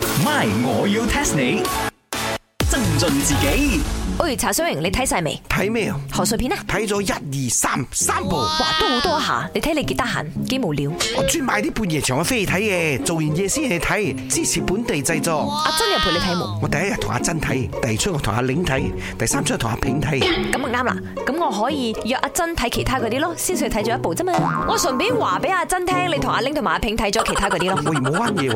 My，我要 test 你。增進自己喂，查水榮，你睇晒未？睇咩啊？賀歲片啊？睇咗一二三三部，哇，都好多下，你睇你幾得閒，幾無聊。我專買啲半夜場嘅飛嚟睇嘅，做完嘢先嚟睇，支持本地製作。阿珍又陪你睇冇？我第一日同阿珍睇，第二出我同阿玲睇，第三出我同阿平睇。咁啊咪啱啦，咁我可以約阿珍睇其他嗰啲咯，先至睇咗一部啫嘛。我順便話俾阿珍聽，你同阿玲同埋阿平睇咗其他嗰啲咯。 我而冇玩嘢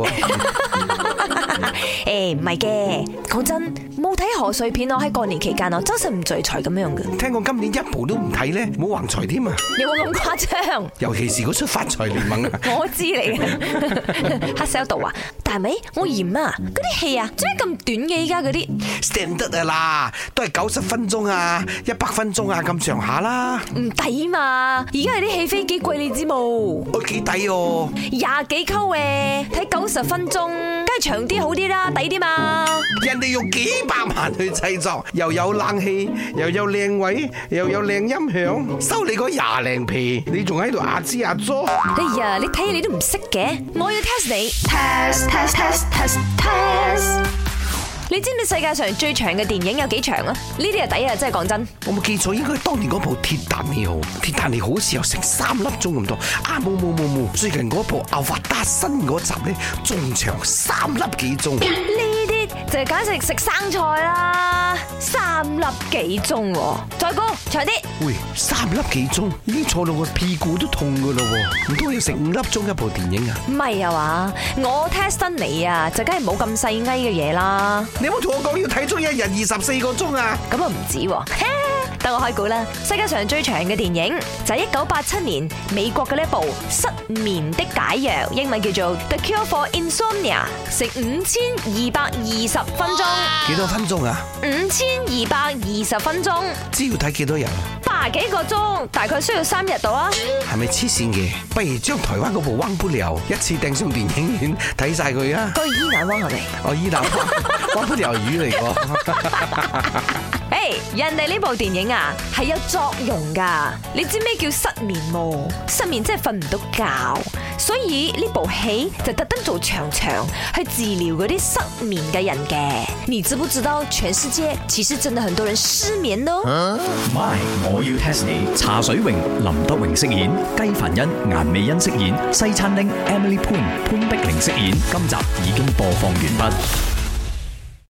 誒，喎， 唔係嘅，講真，冇睇賀歲片，我喺過年期間我真係唔聚財咁樣嘅。聽講今年一部都唔睇咧，冇橫財添啊！有冇咁誇張？尤其是嗰出發財聯盟 啊！我知你嘅 黑 sell 度啊，但係咪我嫌啊，嗰啲戲啊，點解咁短嘅依家嗰啲？ stand 得啊啦，都係九十分鐘啊，一百分鐘啊咁上下啦，唔抵嘛！而家係啲戲飛幾貴你知冇？我幾抵哦！廿幾溝嘅，睇九十分鐘，梗係長啲好啲啦，抵啲嘛！人哋用幾百萬去製作，又有冷氣，又有靚位，又有靚音響，收你個廿零皮，你仲喺度阿支阿咗？哎呀，你睇你都唔識嘅，我要 test 你。 test test test test test 你知唔知世界上最長嘅電影有幾長啊？呢啲係抵啊，真係講真。我冇記錯，應該係當年嗰部《鐵達尼號》，鐵達尼號好似有成三粒鐘咁多。啊冇冇冇冇，最近嗰部《阿凡達》新嗰集咧，仲長三粒幾鐘。呢啲就係簡直食生菜啦，三粒幾鐘喎，再高長啲。喂，三粒幾鐘，已經坐到個屁股都痛噶咯喎，唔通要成五粒鐘一部電影啊？唔係啊嘛，我 test 得你啊，就梗係冇咁細埃嘅嘢啦。你冇同我講要睇足一日二十四個鐘啊？咁啊唔止喎， 等我開估啦。世界上最長嘅電影就係一九八七年美國嘅呢一部《失眠的解藥》，英文叫做《The Cure for Insomnia》，成五千二百二十分鐘，幾多分鐘啊？五千二百二十分鐘，知要睇幾多人啊？八十幾個鐘，大概需要三日到啊。係咪黐線嘅？不如將台灣嗰部《汪不了》一次掟上電影院睇晒佢啊！哦個伊難汪係咪？我伊南汪不了魚嚟喎，誒，人哋呢部電影啊係有作用噶，你知咩叫失眠冇？失眠即係瞓唔到覺，所以呢部戲就特登做長長去治療嗰啲失眠嘅人嘅。你知不知道全世界其實真的很多人失眠哦咯？ My，我要 test 你。茶水榮、林德榮飾演，雞凡欣、顏美欣飾演，西餐廳 Emily Poon 潘碧玲飾演。今集已經播放完畢。